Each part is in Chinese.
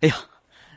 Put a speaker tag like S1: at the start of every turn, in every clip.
S1: 哎呀，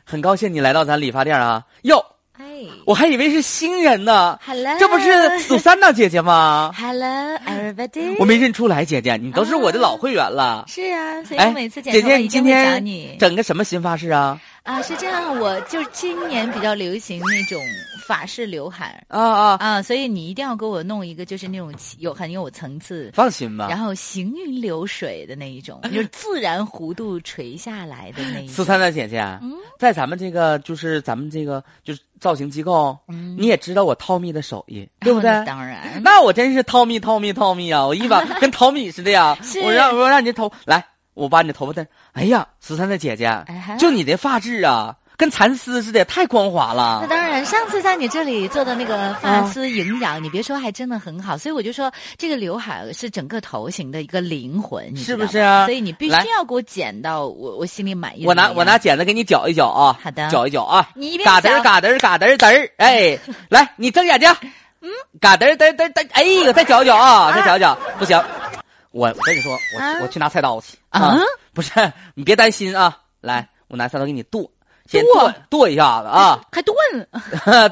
S1: 很高兴你来到咱理发店啊！哟，
S2: 哎
S1: 我还以为是新人呢，
S2: ，Hello，
S1: 这不
S2: 啊
S1: 是 苏珊娜姐姐吗？
S2: Hello everybody，
S1: 我没认出来，姐姐，你都是我的老会员了。
S2: 是啊，所以
S1: 哎
S2: 我每次，剪
S1: 姐
S2: 头发
S1: 姐，
S2: 一
S1: 你今
S2: 定会找
S1: 天
S2: 你
S1: 整个什么新发式啊？
S2: 啊，是这样，我就是今年比较流行那种法式刘海
S1: 啊啊，
S2: 啊，所以你一定要给我弄一个就是那种有很有层次。
S1: 放心吧
S2: 然。后行云流水的那一种，就是自然弧度垂下来的那一
S1: 苏
S2: 种。
S1: 珊娜姐姐，
S2: 嗯
S1: 在咱们这个就是咱们这个就是造型机构，你也知道我淘米的手艺，对不对？
S2: 那嗯当然，
S1: 那我真是淘米淘米淘米啊！我一把 跟淘米似的呀
S2: 是，
S1: 我让我让你的头来，我把你的头发带。哎呀，十三的姐啊姐
S2: 哎哈，
S1: 就你的发质啊，跟蚕丝似的，太光滑
S2: 那
S1: 了。
S2: 当然，上次在你这里做的那个发丝营养，你别说还真的很好，所以我就说这个刘海是整个头型的一个灵魂，你知道吗
S1: 是不是啊
S2: 所以你必须
S1: 来
S2: 要给我剪到我我心里满意的
S1: 我
S2: 那
S1: 拿
S2: 样。
S1: 我拿剪子给你绞一绞啊，
S2: 好的
S1: 绞一绞啊，
S2: 你一边
S1: 嘎
S2: 讲
S1: 噔儿嘎噔儿嘎噔儿嘚儿， 哎，来，你睁眼睛，嗯，嘎噔儿嘚儿嘚儿嘚儿，哎 呦，再绞一绞啊，再绞一绞，不行，我我跟你说，我去
S2: 啊
S1: 我去拿菜刀去
S2: 啊，
S1: 不是， 你别担心啊，来，我拿菜刀给你剁，先
S2: 剁
S1: 剁剁一下子啊。
S2: 还 钝，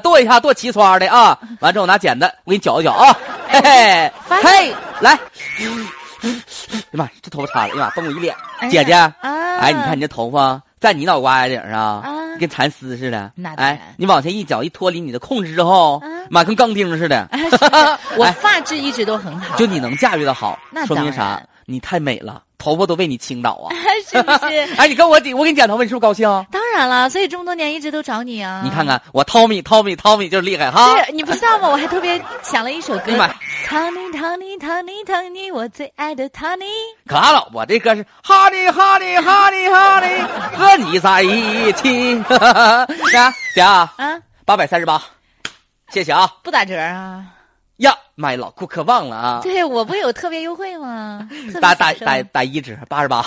S1: 剁一下，剁齐刷的啊！完之后拿剪子，我给你绞一绞啊！嘿嘿，
S2: 发
S1: 嘿，来！哎呀妈，这头发插的，哎呀妈，崩我一脸！
S2: 哎呀
S1: 姐姐，
S2: 啊
S1: 哎，你看你 这头发在你脑瓜顶上
S2: 啊
S1: 跟蚕丝似的
S2: 那。当然
S1: 哎，你往前一绞，一脱离你的控制之后
S2: 啊，
S1: 妈跟钢钉似
S2: 嗯
S1: 的。
S2: 我
S1: 哎
S2: 发质一直都很好，
S1: 就你能驾驭的好
S2: 那，
S1: 说明
S2: 当
S1: 啥
S2: 然？
S1: 你太美了，头发都被你倾倒 啊！
S2: 是不是？
S1: 哎，你跟我剪，我给你剪头发，你是不是高兴？
S2: 当然了，所以这么多年一直都找你啊。
S1: 你看。看我 Tommy Tommy Tommy 就是厉害哈！
S2: 是你不知道吗？我还特别想了一首歌
S1: 哎呀妈呀，
S2: 唐尼唐尼唐尼唐尼，我最爱的唐尼。
S1: 可了，我这歌是哈利哈利哈利哈利和你在一起，啊，姐啊，
S2: 啊，
S1: 八百三十八，谢谢啊！
S2: 不打折啊。
S1: 呀，妈呀，老顾客忘了啊，
S2: 对，我不有特别优惠 吗？特别
S1: 打打
S2: 享受
S1: 打。打一折八十八，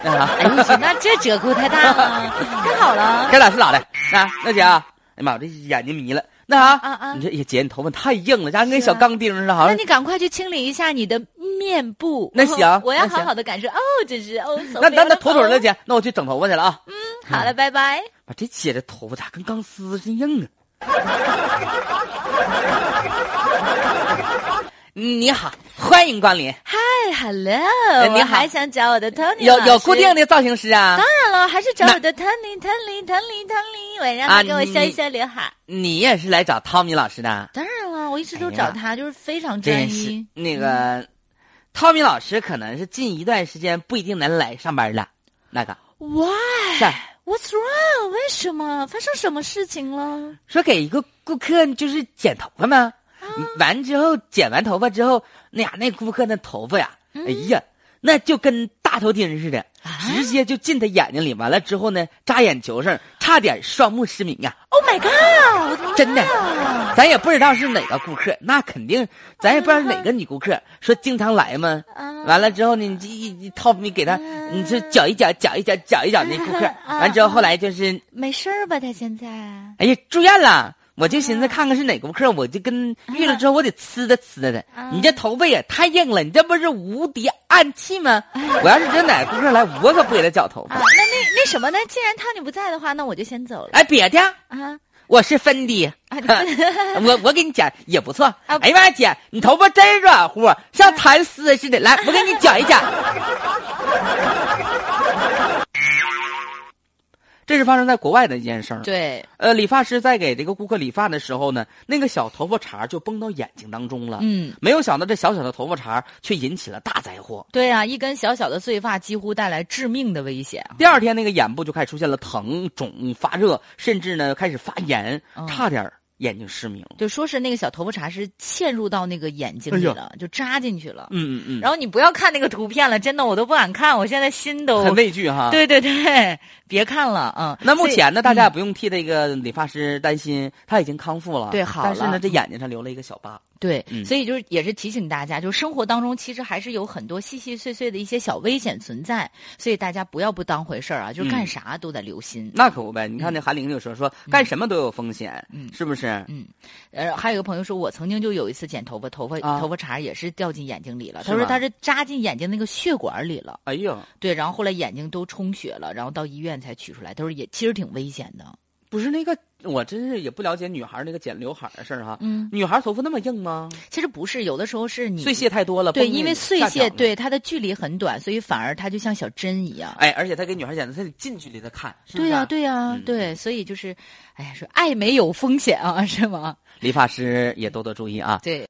S1: 那啥，
S2: 哎呦，那这折扣太大 了，太好了。
S1: 该咋是咋的。那那姐啊，哎妈，我这眼睛迷了。那啥，
S2: 啊啊
S1: 你这哎姐，你头发太硬了，家跟
S2: 是啊
S1: 小钢钉似的，好
S2: 那
S1: 像。
S2: 你赶快去清理一下你的面部。
S1: 那行
S2: 哦我要
S1: 那行
S2: 好好的感受。哦，这是哦，
S1: 那那那妥妥嗯的
S2: 姐。
S1: 姐，那我去整头发去了啊！
S2: 好了，拜拜。
S1: 妈，这姐这头发咋跟钢丝似的硬啊？ 你好，欢迎光临。
S2: 嗨，Hello，
S1: 哎你
S2: 我
S1: 好
S2: 还想找我的 Tony
S1: 有
S2: 老
S1: 有
S2: 师
S1: 固定。的造型师啊
S2: 当？然了，还是找
S1: 那
S2: 我的 Tony Tony Tony Tony，我让
S1: 啊
S2: 他给我
S1: 你
S2: 修一修刘海。
S1: 你也是来找汤米老师的？
S2: 当然了，我一直都
S1: 哎呀
S2: 找他，就是非常专
S1: 真是
S2: 一。
S1: 那个，汤米老师可能是近一段时间不一定能来上班了。那个
S2: Why？
S1: 是
S2: What's wrong？为什么？发生什么事情了？
S1: 说给一个顾客就是剪头发吗？完之后剪完头发之后，那呀那顾客那头发呀，哎呀，那就跟大头钉似的，直接就进他眼睛里。完了之后呢，扎眼球上，差点双目失明啊！
S2: Oh my god！我的妈呀
S1: 真的咱也不知道是哪个顾客，那肯定咱也不知道哪个女顾客说经常来嘛。
S2: 啊
S1: 完了之后呢，你这一一套你给他，你就搅一搅，搅一搅，搅一搅那顾客。
S2: 啊
S1: 完之后后来就是，
S2: 没事儿吧？他现在啊
S1: 哎呀，住院了。我就寻思看看是哪个顾客，我就跟遇了之后我得呲的呲的
S2: 啊。
S1: 你这头发也太硬了，你这不是无敌暗器吗？我要是真哪个顾客来，我可不给他绞头
S2: 啊啊，那
S1: 发。
S2: 那那什么呢？既然汤你不在的话，那我就先走了
S1: 哎，别的，
S2: 啊。
S1: 我是芬迪。
S2: 啊，你
S1: 我我给你讲也不错。
S2: 啊
S1: 哎呀妈呀，姐，你头发真软乎，像蚕丝似的。 来，我给你讲一讲。这是发生在国外的一件事儿。
S2: 对，
S1: 呃，理发师在给这个顾客理发的时候呢，那个小头发茬儿就蹦到眼睛当中了。
S2: 嗯，
S1: 没有想到这小小的头发茬儿却引起了大灾祸。
S2: 对啊，一根小小的碎发几乎带来致命的危险。
S1: 第二天，那个眼部就开始出现了疼、肿、发热，甚至呢开始发炎
S2: 嗯，
S1: 差点儿眼睛失明。
S2: 就说是那个小头发茬是嵌入到那个眼睛里了，就扎进去了。
S1: 嗯哎嗯嗯，
S2: 然后你不要看那个图片了，真的我都不敢看，我现在心都
S1: 很畏惧哈。
S2: 对对对，别看了，嗯。
S1: 那目
S2: 所以
S1: 前呢，大家也不用替这个理发师担心，他已经康复了，
S2: 对好
S1: 但是
S2: 了
S1: 呢，这眼睛上留了一个小疤，
S2: 对，
S1: 嗯
S2: 所以就是也是提醒大家，就是生活当中其实还是有很多细细碎碎的一些小危险存在，所以大家不要不当回事儿啊，就是干
S1: 嗯
S2: 啥都得留心。
S1: 那可不呗，你看那韩玲就说说干什么都有风险，
S2: 嗯
S1: 是不是？
S2: 呃，还有一个朋友说，我曾经就有一次剪头发，头发、
S1: 啊
S2: 头发茬儿也是掉进眼睛里了。
S1: 是
S2: 他说
S1: 吧
S2: 他是扎进眼睛那个血管里了，
S1: 哎呦，
S2: 对，然后后来眼睛都充血了，然后到医院才取出来。他说也其实挺危险的，
S1: 不是那个，我真是也不了解女孩那个剪刘海的事儿哈。
S2: 嗯，
S1: 女孩头发那么硬吗？
S2: 其实不是，有的时候是你
S1: 碎屑太多了，
S2: 对，
S1: 崩
S2: 因为
S1: 你
S2: 碎
S1: 下角
S2: 屑
S1: 了。
S2: 对它的距离很短，所以反而它就像小针一样。
S1: 哎，而且他给女孩剪的，他得近距离的看，是不
S2: 对
S1: 是
S2: 呀、
S1: 啊？
S2: 对呀、
S1: 嗯
S2: 对，所以就是，哎呀，说爱没有风险啊，是吗？
S1: 理发师也多多注意啊。
S2: 对。